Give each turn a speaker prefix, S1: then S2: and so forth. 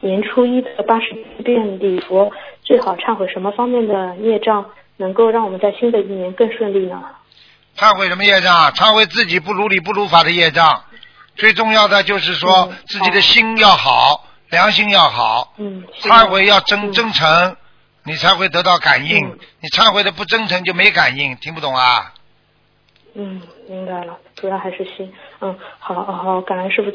S1: 年初一的八十遍礼佛，最好忏悔什么方面的业障，能够让我们在新的一年更顺利呢？
S2: 忏悔什么业障？忏悔自己不如理不如法的业障。最重要的就是说
S1: 嗯
S2: 自己的心要好，良心要好，
S1: 嗯，是的
S2: 忏悔要真
S1: 嗯
S2: 真诚，你才会得到感应
S1: 嗯。
S2: 你忏悔的不真诚就没感应，听不懂啊？
S1: 嗯，明白了，主要还是心。嗯，好好好，感恩师傅。最